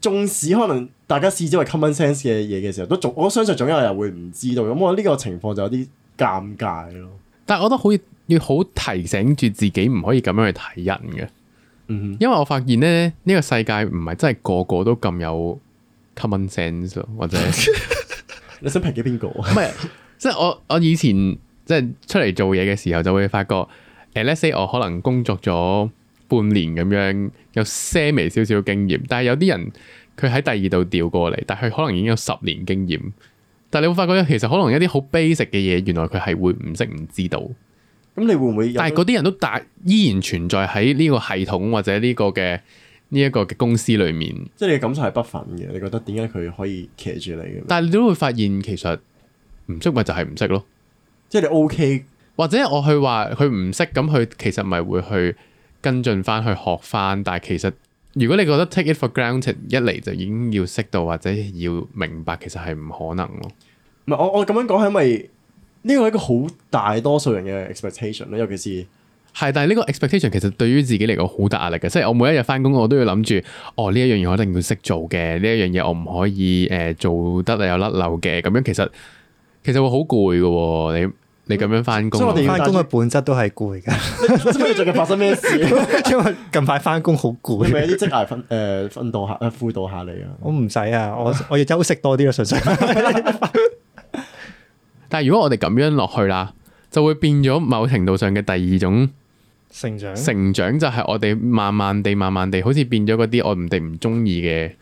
S3: 縱使可能大家視之為 common sense 嘅嘢嘅時候，都總我相信總有人會唔知道，咁我覺得呢個情況就有啲尷尬咯。
S1: 但係我覺得好似要好提醒住自己唔可以咁樣去睇人嘅，
S3: 嗯哼。
S1: 因為我發現咧呢、呢個世界唔係真係個個都咁有 common sense 咯，或者唔
S3: 你想評幾 邊個啊？
S1: 係即係我我以前即係出嚟做嘢嘅時候就會發覺，誒、let's say 我可能工作咗半年咁樣，有些微少少經驗，但係有啲人佢喺第二度調過嚟，但係佢可能已經有十年經驗。但係你會發覺，其實可能一啲好 basic 嘅嘢，原來佢係會唔識唔知道。
S3: 咁你會唔會有？
S1: 但係嗰啲人都大依然存在喺呢個系統或者呢個嘅呢一個嘅公司裏面，
S3: 即係你嘅感受係不忿嘅，你覺得點解佢可以騎住你嘅？
S1: 但係你都會發現其實唔識咪就係唔識咯，
S3: 即係你 OK，
S1: 或者我去話佢唔識咁，佢其實咪會去跟進翻去學翻，但係其實如果你覺得 take it for granted 一嚟就已經要識到或者要明白，其實係唔可能咯。
S3: 唔係我我咁樣講係因為呢個係一個好大多數人嘅 expectation 咧，尤 其是
S1: 係，但係呢個 expectation 其實對於自己嚟講好大壓力嘅，即係我每一日翻工我都要諗住，哦呢一樣嘢我一定要識做嘅，呢一樣嘢我唔可以誒、呃做得有甩漏嘅，咁樣其實其實會好攰嘅喎，你你咁樣翻工
S3: 所以我哋要
S4: 翻工嘅本質都係攰㗎，
S3: 知唔知最近發生 咩 事？
S4: 因為近排翻工好
S3: 會唔會
S4: 攰。
S3: 有啲職涯訓誒訓導下誒輔導下你啊？
S4: 我唔使啊，我我要休息多啲咯，純粹。
S1: 但係如果我哋咁樣落去啦，就會變咗某程度上嘅第二種
S4: 成長
S1: 成長，就係我哋慢慢地、慢慢地，好似變咗嗰啲我唔哋唔中意嘅，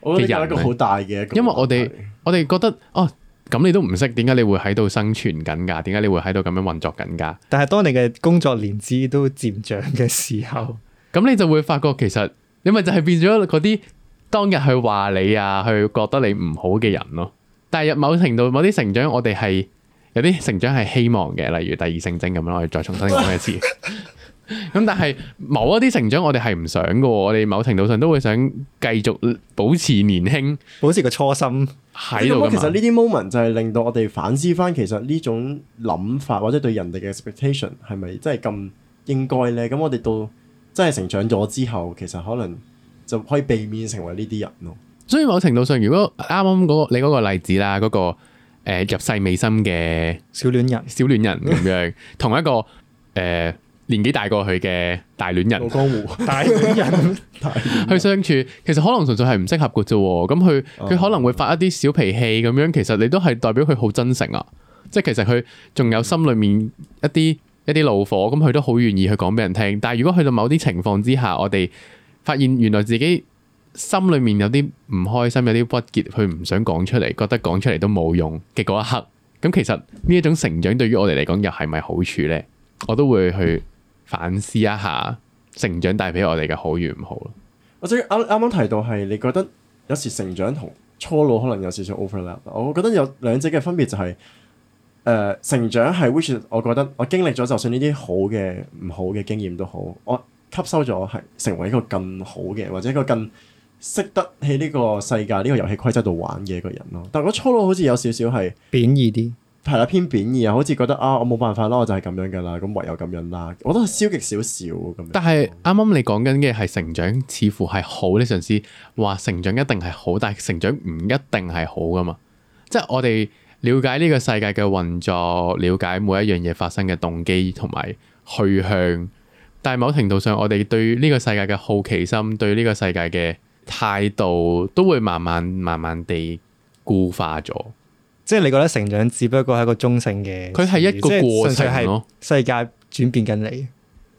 S3: 我
S1: 嘅
S3: 覺得有一
S1: 人啊
S3: 個好大嘅一個問題，
S1: 因為我哋我哋覺得哦。咁你都唔識，點解你會喺度生存緊㗎？點解你會喺度咁樣運作緊㗎？
S4: 但係當你嘅工作年資都漸長嘅時候，
S1: 咁你就會發覺其實你咪就係變咗嗰啲當日去話你啊，去覺得你唔好嘅人咯。但係某程度某啲成長，我哋係有啲成長係希望嘅，例如第二性徵咁樣，我哋再重新講一次。咁但係某一啲成長，我哋係唔想嘅喎，我哋某程度上都會想繼續保持年輕
S4: 保持個初心，
S1: 喺度
S3: 咁其實
S1: 㗎
S3: 呢
S1: 嘛。
S3: 啲 moment 就係令到我哋反思翻，其實呢種諗法或者對人哋嘅 expectation 係咪真係咁應該咧？咁我哋到真係成長咗之後，其實可能就可以避免成為呢啲人咯。
S1: 所以某程度上，如果啱啱嗰個你嗰個例子啦，嗰、個、呃、入世未深嘅。
S4: 小戀人。
S1: 小戀人咁樣，同一個誒、呃年紀大過佢嘅大戀
S3: 老
S1: 人
S3: 江湖，
S4: 大戀人，
S1: 去相處，其實可能純粹係唔適合嘅啫喎。咁佢
S3: 哦
S1: 佢可能會發一啲小脾氣咁樣，其實你都係代表佢好真誠啊。即係其實佢仲有心裏面一啲一啲怒火，咁佢都好願意去講俾人聽。但係如果去到某啲情況之下，我哋發現原來自己心裏面有啲唔開心，有啲鬱結，佢唔想講出嚟，覺得講出嚟都冇用嘅嗰一刻，咁其實呢一種成長對於我哋嚟講又係咪好處呢？我都會去反思一下成長帶俾我哋嘅好與唔好咯。
S3: 或者啱啱啱提到係，你覺得有時成長同初老可能有少少 overlap。我覺得有兩者嘅分別就係、誒、成長係 which is 我覺得我經歷咗，就算呢啲好嘅唔好嘅經驗都好，我吸收咗係成為一個更好嘅，或者一個更識得喺呢個世界呢、個遊戲規則度玩嘅一個人咯。但我初老好似有少少係
S4: 貶義啲，
S3: 係啦，偏貶義啊，好似覺得啊，我冇辦法啦，我就係咁樣噶啦，咁唯有咁樣啦。我覺得係消極少少咁樣。
S1: 但係啱啱你講緊嘅係成長，似乎係好。你嘗試話成長一定係好，但係成長唔一定係好噶嘛。即係我哋了解呢個世界嘅運作，了解每一樣嘢發生嘅動機同埋去向。但係某程度上，我哋對呢個世界嘅好奇心，對呢個世界嘅態度，都會慢慢慢慢地固化咗。
S4: 即係你覺得成長只不過係一個中性嘅詞，
S1: 佢係一個
S4: 即係
S1: 過
S4: 純粹
S1: 程
S4: 係
S1: 咯。
S4: 世界轉變緊你，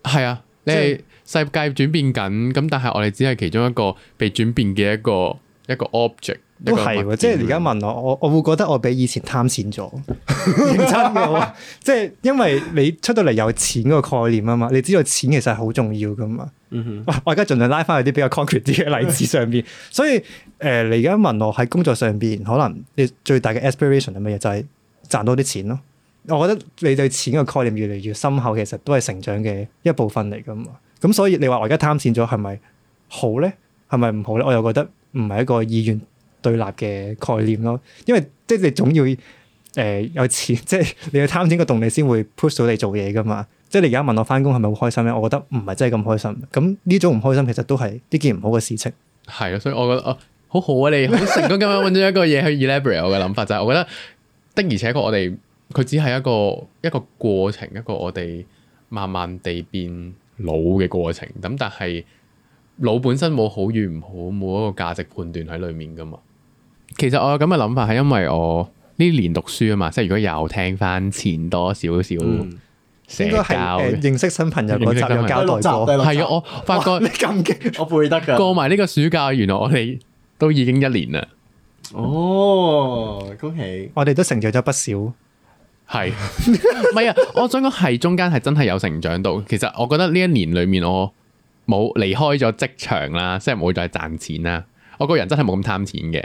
S1: 係啊，你係世界轉變緊，咁但係我哋只係其中一個被轉變嘅一個一個 object。
S4: 都係喎，即係而家問我，我我會覺得我比以前貪錢咗， 認真 嘅我，即係因為你出到嚟有錢嗰個概念啊嘛，你知道錢其實係好重要噶嘛。
S3: 嗯
S4: 哇我而家盡量拉翻去啲比較 concrete 啲嘅例子上 邊，所以誒、呃你而家問我喺工作上邊，可能你最大嘅 aspiration 係乜嘢？就係、賺多啲錢咯。我覺得你對錢嘅概念越嚟越深厚，其實都係成長嘅一部分嚟噶嘛。咁所以你話我而家貪錢咗係咪好咧？係咪唔好咧？我又覺得唔係一個意願對立嘅概念咯，因為即係你總要誒、呃有錢， 即係你要貪錢個動力先會 push 到你做嘢噶嘛。即係你而家問我翻工係咪好開心咧？我覺得唔係真係咁開心。咁呢種唔開心其實都係呢件唔好嘅事情。
S1: 系咯，所以我覺得哦，好好 啊，你好成功咁樣揾咗一個嘢去 elaborate 我嘅諗法就係，我覺得的而且確我哋佢只係一個一個過程，一個我哋慢慢地變老嘅過程。咁但係老本身冇好與唔好，冇一個價值判斷喺裡面噶嘛。其實我有咁嘅諗法係因為我呢年讀書啊嘛，即係如果又聽翻前多少少
S3: 嗯
S1: 社
S4: 應該係
S1: 交
S4: 誒
S1: 嘅，
S4: 認識新朋友嗰集有
S3: 第
S4: 交代
S3: 六集，
S4: 過。
S3: 第
S1: 係啊，
S3: 六集，
S1: 我發覺
S4: 哇你咁勁，
S3: 我背得㗎。
S1: 過埋呢個暑假，原來我哋都已經一年啦。
S3: 哦，恭喜！
S4: 我哋都成長咗 不少。
S1: 係，唔係啊？我想講係中間係真係有成長到。其實我覺得呢一年裏面，我冇離開咗職場啦，即係冇再賺錢啦。我個人真係冇咁貪錢嘅。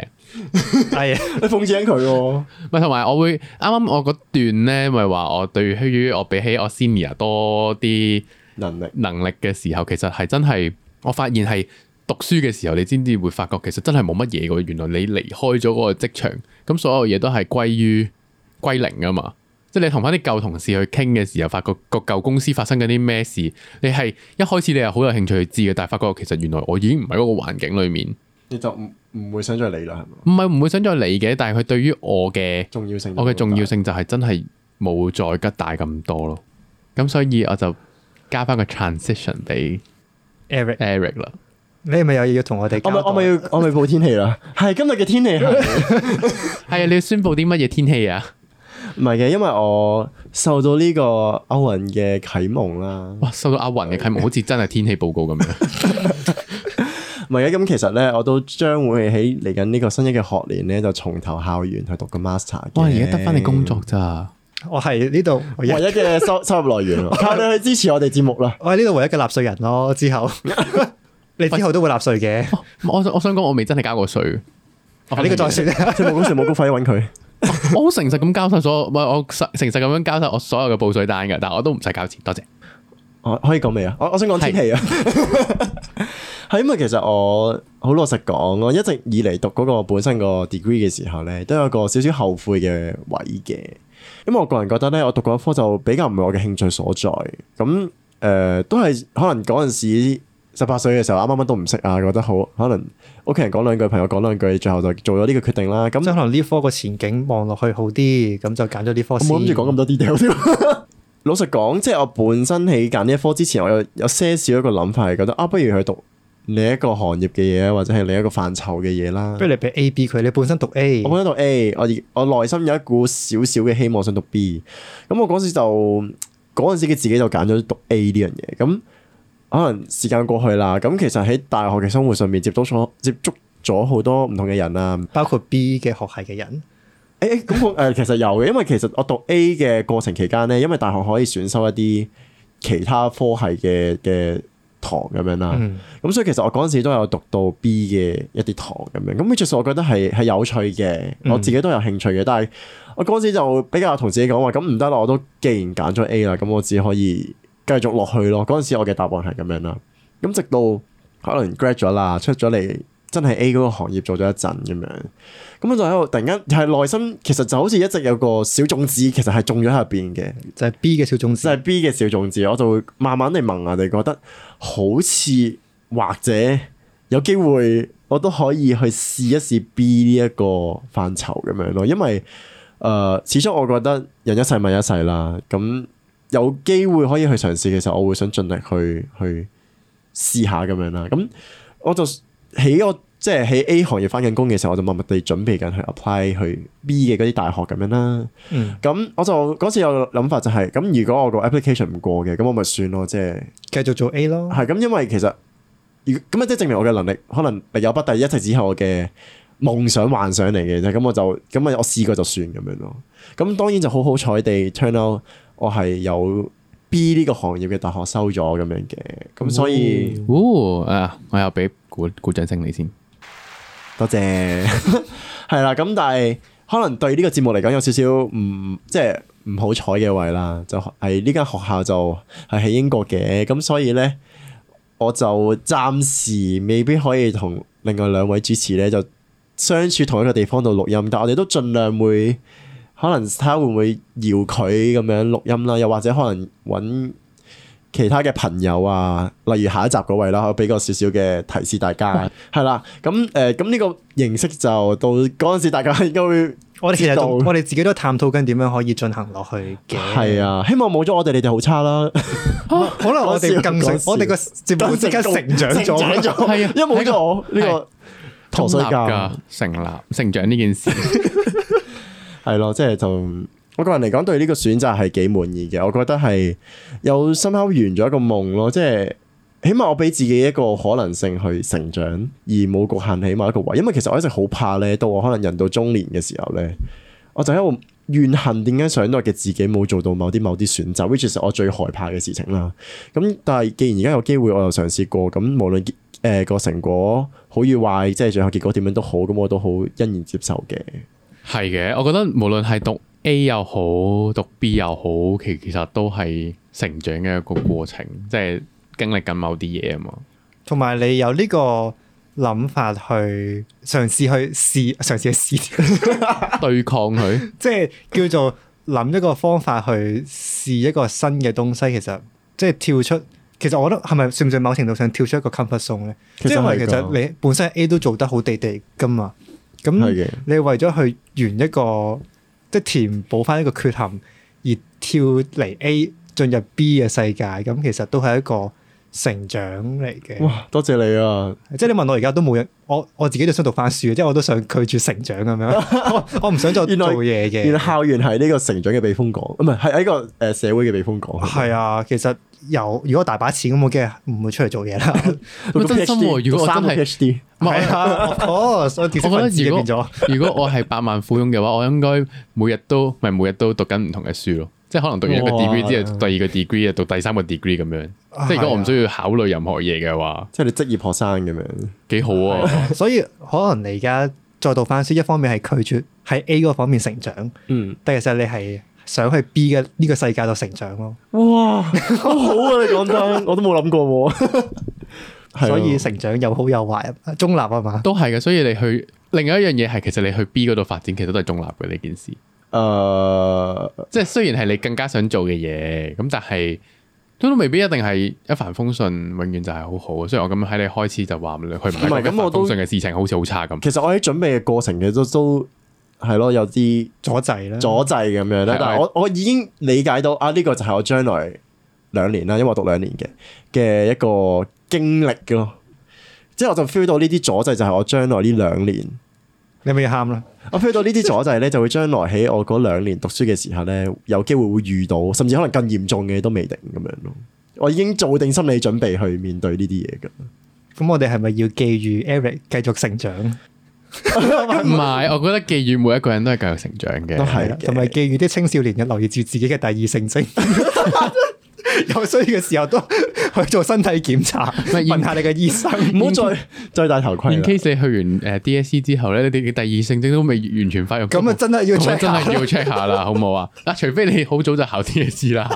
S4: 係啊，
S3: 你諷刺緊佢喎，
S1: 咪同埋我會啱啱我嗰段咧，咪話我對於我比起我 senior 多啲
S3: 能力
S1: 能力嘅時候，其實係真係我發現係讀書嘅時候，你先至會發覺其實真係冇乜嘢嘅。原來你離開咗嗰個職場，咁所有嘢都係歸於歸零啊嘛。即係你同翻啲舊同事去傾嘅時候，發覺個舊公司發生緊啲咩事，你係一開始你係好有興趣去知嘅，但係發覺其實原來我已經唔喺嗰個環境裡面，
S3: 你就唔唔會想再理啦，係
S1: 唔
S3: 咪？
S1: 係唔會想再理嘅，但係佢對於我嘅
S3: 重要性，
S1: 我嘅重要。性就係真係冇再吉大咁多咯。咁所以我就加翻個 transition 俾
S4: Eric，
S1: Eric 啦。
S4: 你係咪有嘢要同我哋
S3: 我
S4: 交
S3: 咪
S4: 代？
S3: 我咪要我咪報天氣啦，係今日嘅天氣啊 係
S1: 係啊，你要宣布啲乜嘢天氣啊？
S3: 唔係嘅？因為我受到呢個歐運嘅啟蒙啦，
S1: 哇，收到阿雲嘅啟蒙，好似真係天氣報告咁樣。
S3: 唔係嘅。咁其實咧，我都將會喺嚟緊呢個新一嘅學年咧，就從頭校園去讀個 master 嘅。
S1: 哇，而家得翻你工作咋？
S4: 我係呢度唯
S3: 唯一
S4: 一，
S3: 嘅收收入來源， 靠你去支持我哋節目 啦。
S4: 我係呢度唯一嘅納稅人咯。之 後你之後都會納稅嘅，
S1: 哦我我想講，我未真係交過稅。我
S4: 哦呢個再説啦。
S3: 節目嗰時冇高費揾佢，
S1: 我好誠實咁交晒所有，唔係我實誠實咁樣交晒我所有嘅報稅單㗎，但係我都唔使交錢，多謝。
S3: 我可以講未啊？我我想講天氣啊， 係因為其實我好老實講，我一直以嚟讀嗰個本身個 degree 嘅時候咧，都有個少少後悔嘅位嘅，因為我個人覺得咧，我讀嗰科就比較唔係我嘅興趣所在，咁誒、呃都係可能嗰陣時。十八歲嘅時候，啱啱乜都唔識啊，覺得好可能屋企人講兩句，朋友講兩句，最後就做咗呢個決定啦。咁
S4: 咁可能呢科個前景望落去好啲，咁就揀咗呢科
S3: 我
S4: 先。
S3: 冇諗住講咁多 detail 添。 老實講，即係我本身喺揀呢一科之前，我有有些少一個諗法，係覺得啊，不如去讀另一個行業嘅嘢，或者係另一個範疇嘅嘢啦
S4: 不。如你俾 A、B 佢，你本身讀 A，
S3: 我覺得讀 A，我而我內心有一股少少嘅希望想讀 B。咁我嗰時就嗰陣時嘅自己就揀咗讀 A 呢樣嘢。咁可能時間過去啦，咁其實喺大學嘅生活上面接觸咗接觸咗好多唔同嘅人啊。
S4: 包括 B 嘅學系嘅人，
S3: 誒誒，咁我誒其實有嘅，因為其實我讀 A 嘅過程期間咧，因為大學可以選修一啲其他科系嘅嘅堂咁樣啦，咁、
S4: 嗯，
S3: 所以其實我嗰陣時都有讀到 B 嘅一啲堂咁樣，咁 which is 我覺得係係有趣嘅，
S4: 嗯
S3: 我自己都有興趣嘅，但係我嗰陣時就比較同自己講話，咁唔得啦，我都既然揀咗 A 啦，咁我只可以繼續落去咯。嗰陣時我嘅答案係咁樣啦，咁直到可能 grad 咗啦，出咗嚟真係 A 嗰個行業做咗一陣咁樣。咁啊我就喺度突然間係內心，其實就好似一直有個小種子，其實係種咗喺入邊嘅，
S4: 就係 B 嘅小種
S3: 就
S4: 子。
S3: 係 B 嘅小種子，我就會慢慢地萌芽地覺得好似或者有機會我都可以去試一試 B 呢一個範疇咁樣咯，因為誒、呃始終我覺得人一世物一世啦，咁有機會可以去嘗試嘅時候，我會想盡力去去試下咁樣啦，咁我就喺我即係喺 A 行業翻緊工嘅時候，我就默默地準備緊去 apply 去 B 嘅嗰啲大學咁樣啦。
S4: 嗯，
S3: 咁我就嗰次有諗法就係、咁如果我個 application 唔過嘅，咁我咪算咯，即係
S4: 繼續做 A 咯。
S3: 係咁，因為其實如咁啊，即係證明我嘅能力可能力有不逮，一直只係我嘅唔夢想幻想嚟嘅啫。咁我就咁啊，我試過就算咁樣咯。咁當然就好好彩地 turn out 我係有 B 呢個行業嘅大學收咗咁樣嘅，咁所以。
S1: 哦，啊，我又俾鼓鼓掌聲你先。
S3: 多謝， 係啦。咁但係可能對呢個節目嚟講有少少唔即係唔好彩嘅位啦，就係呢間學校就係喺英國嘅，咁所以咧我就暫時未必可以同另外兩位主持咧就相處同一個地方度錄音，但我哋都盡量會可能睇下會唔會搖佢咁樣錄音啦，又或者可能揾。其他嘅朋友啊，例如下一集嗰位啦，我俾個少少嘅提示大家，係啦，咁誒咁呢個形式就到嗰陣時，大家應該會
S4: 我哋其實仲
S3: 知道
S4: 我哋自己都探討緊點樣可以進行落去嘅。
S3: 係啊，希望冇咗我哋，你哋好差啦，
S4: 可能我哋更成
S3: 講笑，
S4: 我哋個節目即刻成長
S3: 成長
S4: 咗。
S3: 咗，
S1: 係啊
S3: 因為冇咗我呢個
S1: 中
S3: 陀水
S1: 立
S3: 教，
S1: 噶成立成長呢件事，
S3: 係咯，即係就我個人嚟講，對呢個選擇係幾滿意嘅，我覺得係又深刻完咗一個夢咯，即係。起碼我俾自己一個可能性去成長，而冇局限起某一個位。因為其實我一直好怕咧，到我可能人到中年嘅時候咧，我就喺度怨恨點解上一代嘅自己冇做到某啲某啲選擇，which is 我最害怕嘅事情啦。咁但係既然而家有機會，我又嘗試過，咁無論誒個、成果好與壞，即係最後結果點樣都好，咁我都好欣然接受嘅。
S1: 係嘅。我覺得無論係讀 A 又好，讀 B 又好，其其實都係成長嘅一個過程，即係經歷緊某啲嘢啊嘛。
S4: 同埋你有呢個諗法去嘗試去試，嘗試去試，
S1: 對抗佢，
S4: 即係叫做諗一個方法去試一個新嘅東西。其實即係跳出，其實我覺得係咪算唔算某程度上跳出一個 comfort zone 咧？
S3: 其
S4: 即係
S3: 實
S4: 因為
S3: 係
S4: 其
S3: 㗎
S4: 實你本身 A 都做得好地地噶嘛，咁
S3: 係嘅
S4: 你為咗去完一個即係填補翻一個缺陷，而跳嚟 A 進入 B 嘅世界，咁其實都係一個成長嚟嘅。
S3: 哇！多謝你啊！
S4: 即係你問我而家都冇人，我我自己都想讀翻書嘅，即係我都想拒絕成長咁 樣，我我唔想再做
S3: 原來
S4: 嘢
S3: 原來
S4: 嘅。
S3: 校園係呢個成長嘅避風港，唔係係喺個誒社會嘅避風港。
S4: 係啊，其實有如果大把錢咁，我梗係唔會出嚟做 嘢啦。
S3: 讀個 PhD，
S1: 真心喎如果我
S3: 讀三個
S1: 真係
S3: PhD
S1: 唔係
S4: 係啊，哦，所以知識
S1: 我
S4: 分子
S1: 覺得如
S4: 變
S1: 果
S4: 咗。
S1: 如果我係百萬富翁嘅話，我應該每日都唔係每日都讀緊唔同嘅書咯，即係可能讀完一個
S3: 哇
S1: degree 之後，讀第二個 degree 啊，讀第三個 degree 咁樣。
S4: 啊
S1: 即係如果我唔
S4: 係啊
S1: 需要考慮任何嘢嘅話，
S3: 即係你職業學生咁樣。
S1: 幾好啊！
S4: 所以可能你而家再讀翻書，一方面係拒絕喺 A 嗰方面成長，
S3: 嗯，
S4: 但其實你係想去 B 嘅呢個世界度成長咯。
S3: 哇，好啊！你講得，我都冇諗過喎。係啊
S4: 所以成長有好有壞，中立啊嘛。
S1: 都係嘅，所以你去另外一樣嘢係，其實你去 B 嗰度發展，其實都係中立嘅呢件事。
S3: 誒，
S1: 即係雖然係你更加想做嘅嘢，咁但係都都未必一定係一帆風順，永遠就係好好嘅。雖然我咁樣喺你開始就話佢唔係
S3: 唔係
S1: 咁
S3: 咁我都
S1: 風順嘅事情，好似好差咁。
S3: 其實我喺準備嘅過程嘅都都係咯，有啲
S4: 阻滯啦，
S3: 阻滯咁樣
S1: 嗯係
S3: 咧。但係我我已經理解到啊，呢個就係我將來兩年啦，因為我讀兩年嘅嘅一個經歷咯。即係我就 feel 到呢啲阻滯就係我將來呢兩年。
S4: 你咪要喊啦。
S3: 我 feel 到呢啲阻滯咧，就會將來喺我嗰兩年讀書嘅時候咧，有機會會遇到，甚至可能更嚴重嘅都未定咁樣咯。我已經做定心理準備去面對呢啲嘢㗎。
S4: 咁我哋係咪要寄予 Eric 繼續成長？
S1: 唔係，我覺得寄予每一個人都係繼續成長嘅。
S3: 都係嘅
S4: 同埋寄予啲青少年嘅留意住自己嘅第二性徵。 有需要嘅時候都去做身體檢查，
S1: 係
S4: 問下你嘅醫生。
S3: 唔好 再再戴頭盔
S1: In
S3: 啦。
S1: case 你去完誒呃 DSE E 之後咧，你哋嘅第二性徵都未完全發育，
S4: 咁啊真係要
S1: 咁啊
S4: check
S1: 真
S4: 下
S1: 係要 check 下啦，好唔好啊？嗱，除非你好早就考 DSE 啦，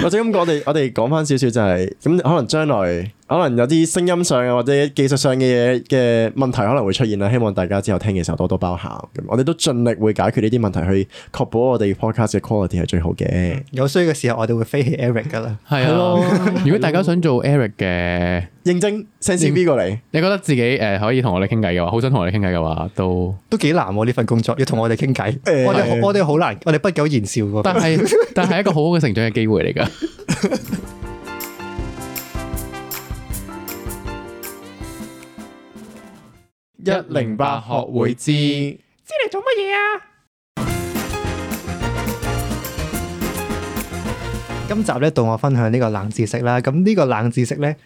S3: 或者咁講，我哋我哋講翻少少就係、咁，可能將來可能有啲聲音上啊，或者技術上嘅嘢嘅問題可能會出現啦。希望大家之後聽嘅時候多多包涵。咁我哋都盡力會解決呢啲問題，去確保我哋 podcast 嘅 quality 係最好嘅。
S4: 有需要嘅時候，我哋會飛起 Eric 噶啦。
S1: 係
S3: 咯
S1: 啊。如果大家想做 Eric 嘅，
S3: 認真 send CV 過嚟，
S1: 你覺得自己誒可以同我哋傾偈嘅話，好想同我哋傾偈嘅話，都
S4: 都幾難喎呢份工作，要同我哋傾偈。
S3: 誒
S4: 我哋好我哋好難，我哋不苟言笑喎。
S1: 但係但係一個好好嘅成長嘅機會嚟㗎。
S3: 108學會知
S4: 知你做乜嘢啊？今集咧到我分享呢個冷知識啦，咁呢個冷知識咧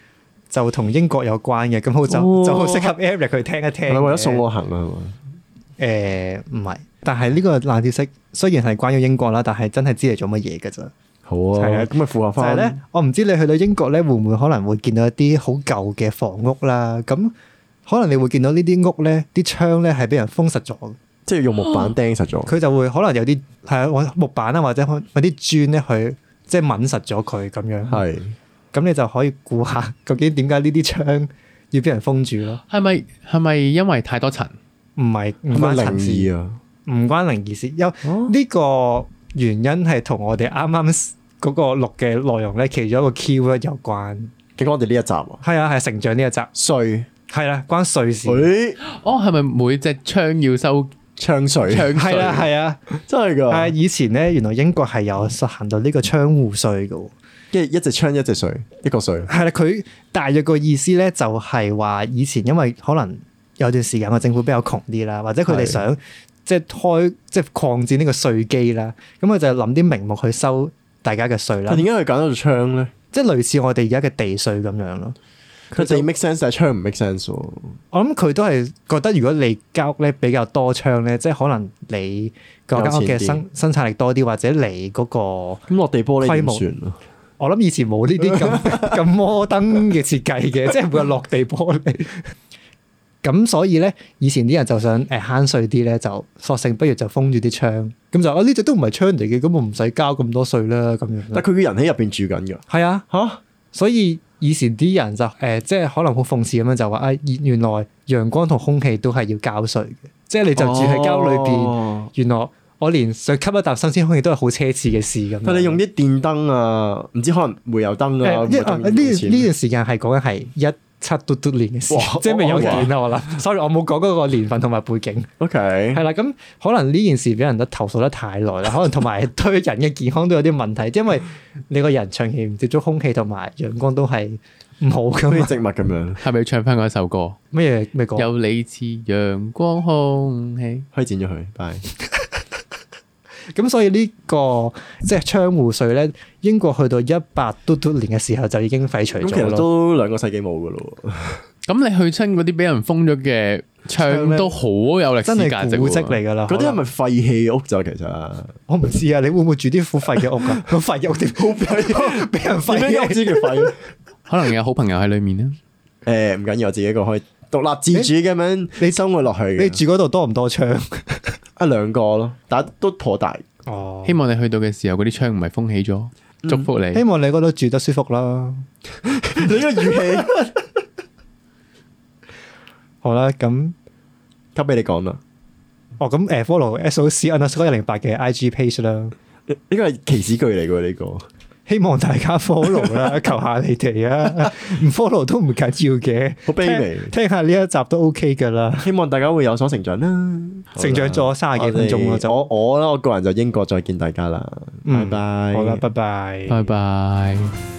S4: 就同英國有關嘅，咁好就
S3: 哦
S4: 就好適合 Eric 去聽一聽
S3: 係咪
S4: 嘅。
S3: 為咗送我行啊？係嘛？
S4: 誒唔係，但係呢個冷知識雖然係關於英國啦，但係真係知嚟做乜嘢嘅咋。
S3: 好
S4: 係啊
S3: 啊，咁咪符合
S4: 就係
S3: 翻
S4: 咧，我唔知你去到英國咧，會唔會可能會見到一啲好舊嘅房屋啦？咁可能你會見到呢啲屋咧，啲窗咧係俾人封實咗嘅，
S3: 即係用木板釘實咗。
S4: 佢就會可能有啲係啊木板啊，或者可揾啲磚咧去即係抿實咗佢咁樣。
S3: 係
S4: 咁你就可以估下 究竟點解呢啲窗要俾人封住咯？
S1: 係咪係咪因為太多塵？
S4: 唔係唔
S3: 係
S4: 關
S3: 咪靈
S4: 層次，
S3: 異啊？哦
S4: 唔關靈異事，因為呢個原因係同我哋啱啱嗰個錄嘅內容咧，其中一個 keyword 有關。
S3: 警講我哋呢一集啊，
S4: 係啊，係成長呢一集。
S3: 碎
S4: 係啦，關税事。
S3: 誒
S1: 哦，係咪每隻窗要收
S3: 槍水
S1: 槍
S4: 係啦，
S1: 水？
S4: 係啊，
S3: 真係
S4: 係啊
S3: 㗎，
S4: 以前咧，原來英國係有實行到呢個窗户税嘅喎。
S3: 跟住一隻槍一隻水，一個水
S4: 係啦，佢大約個意思咧，就係話以前因為可能有段時間個政府比較窮啲啦，或者佢哋
S3: 係
S4: 想即係開即係擴展呢個稅基啦，咁佢就諗啲名目去收大家嘅稅啦
S3: 但，點解佢揀咗做槍咧？
S4: 即係類似我哋而家嘅地稅咁樣咯。
S3: 佢
S4: 就
S3: 哋 make sense，但係槍唔 make sense 喎。
S4: 我諗佢都係覺得，如果你間屋咧比較多窗咧，即係可能你個間屋嘅
S3: 有錢啲
S4: 生生產力多啲，或者你嗰個。
S3: 咁落地玻璃
S4: 規
S3: 點
S4: 模
S3: 算啊？
S4: 我諗以前冇呢啲 咁咁摩登嘅設計嘅，即係會有落地玻璃。咁所以咧，以前啲人就想誒慳税啲咧，就索性不如就封住啲窗，咁就啊呢只都唔係窗嚟嘅，咁我唔使交咁多税啦，咁樣
S3: 但。佢嘅人喺入邊住緊㗎。
S4: 係啊，
S3: 吓？
S4: 所以以前啲人就誒、即係可能好諷刺咁樣就話啊，原原來陽光同空氣都係要交税嘅，即係你就住喺郊裏邊，
S3: 哦
S4: 原來我連想吸一啖新鮮空氣都係好奢侈嘅事咁樣。
S3: 但係你用啲電燈啊，唔知可能煤油燈啊，
S4: 誒，
S3: 唔會
S4: 因啊
S3: 燈
S4: 呢
S3: 要
S4: 呢
S3: 錢
S4: 段時間係講緊係一七嘟嘟年嘅事
S3: 哇，
S4: 即係未有
S3: 哇
S4: 件啦，我諗。sorry，我冇講嗰個年份同埋背景。
S3: OK，
S4: 係啦，咁可能呢件事俾人都投訴得太耐 啦，可能同埋對人嘅健康都有啲問題，因為你個人長期唔接觸空氣同埋陽光都係唔好
S3: 好
S4: 咁
S3: 似。植物咁樣，
S1: 係咪要唱翻嗰一首歌？
S4: 咩咩講？
S1: 有你似陽光空氣，
S3: 可以剪咗佢。拜。
S4: 咁所以呢、個即係窗户税咧，英國去到一八嘟嘟年嘅時候就已經廢除
S3: 咁其
S4: 咗
S3: 實
S4: 咯。
S3: 都兩個世紀冇㗎咯喎。
S1: 咁你去親嗰啲俾人封咗嘅
S3: 窗
S1: 窗
S3: 咧
S1: 都好有歷史
S4: 真
S1: 價值喎
S4: 係古蹟嚟㗎啦，
S3: 嗰啲
S4: 可
S3: 係
S4: 能
S3: 咪廢棄屋咋？其實
S4: 我唔知啊，你會唔會住啲好廢嘅屋 啊？個廢嘅屋點好廢，俾人廢
S3: 點樣屋
S4: 嘅。
S3: 知叫 廢？
S1: 可能有好朋友喺裡面啦。
S3: 誒唔緊要，我自己一個可以獨立自主咁樣你生活落去嘅。
S4: 你住嗰度多唔多窗？
S3: 一兩個咯，但都頗大。
S4: 哦
S1: 希望你去到嘅時候，嗰啲窗唔係封起咗，祝福你。
S4: 希望你嗰度住得舒服啦。
S3: 你個 語氣，
S4: 好啦，咁
S3: 交俾你講啦。
S4: 哦咁誒 follow SOC underscore 一零八嘅 IG page 啦。
S3: 呢呢個係歧視句嚟㗎喎，呢個
S4: 希望大家 follow 啦，求下你哋啊！唔 follow 都唔緊要嘅，
S3: 好卑微
S4: 聽聽下呢一集都 OK 噶啦。
S3: 希望大家會有所成長啦。好啦
S4: 成長咗三十幾分鐘啦，
S3: 我哋
S4: 就
S3: 我我啦，我個人就英國再見大家啦。
S4: 嗯
S3: 拜拜。
S4: 好啦，拜拜，
S1: 拜拜。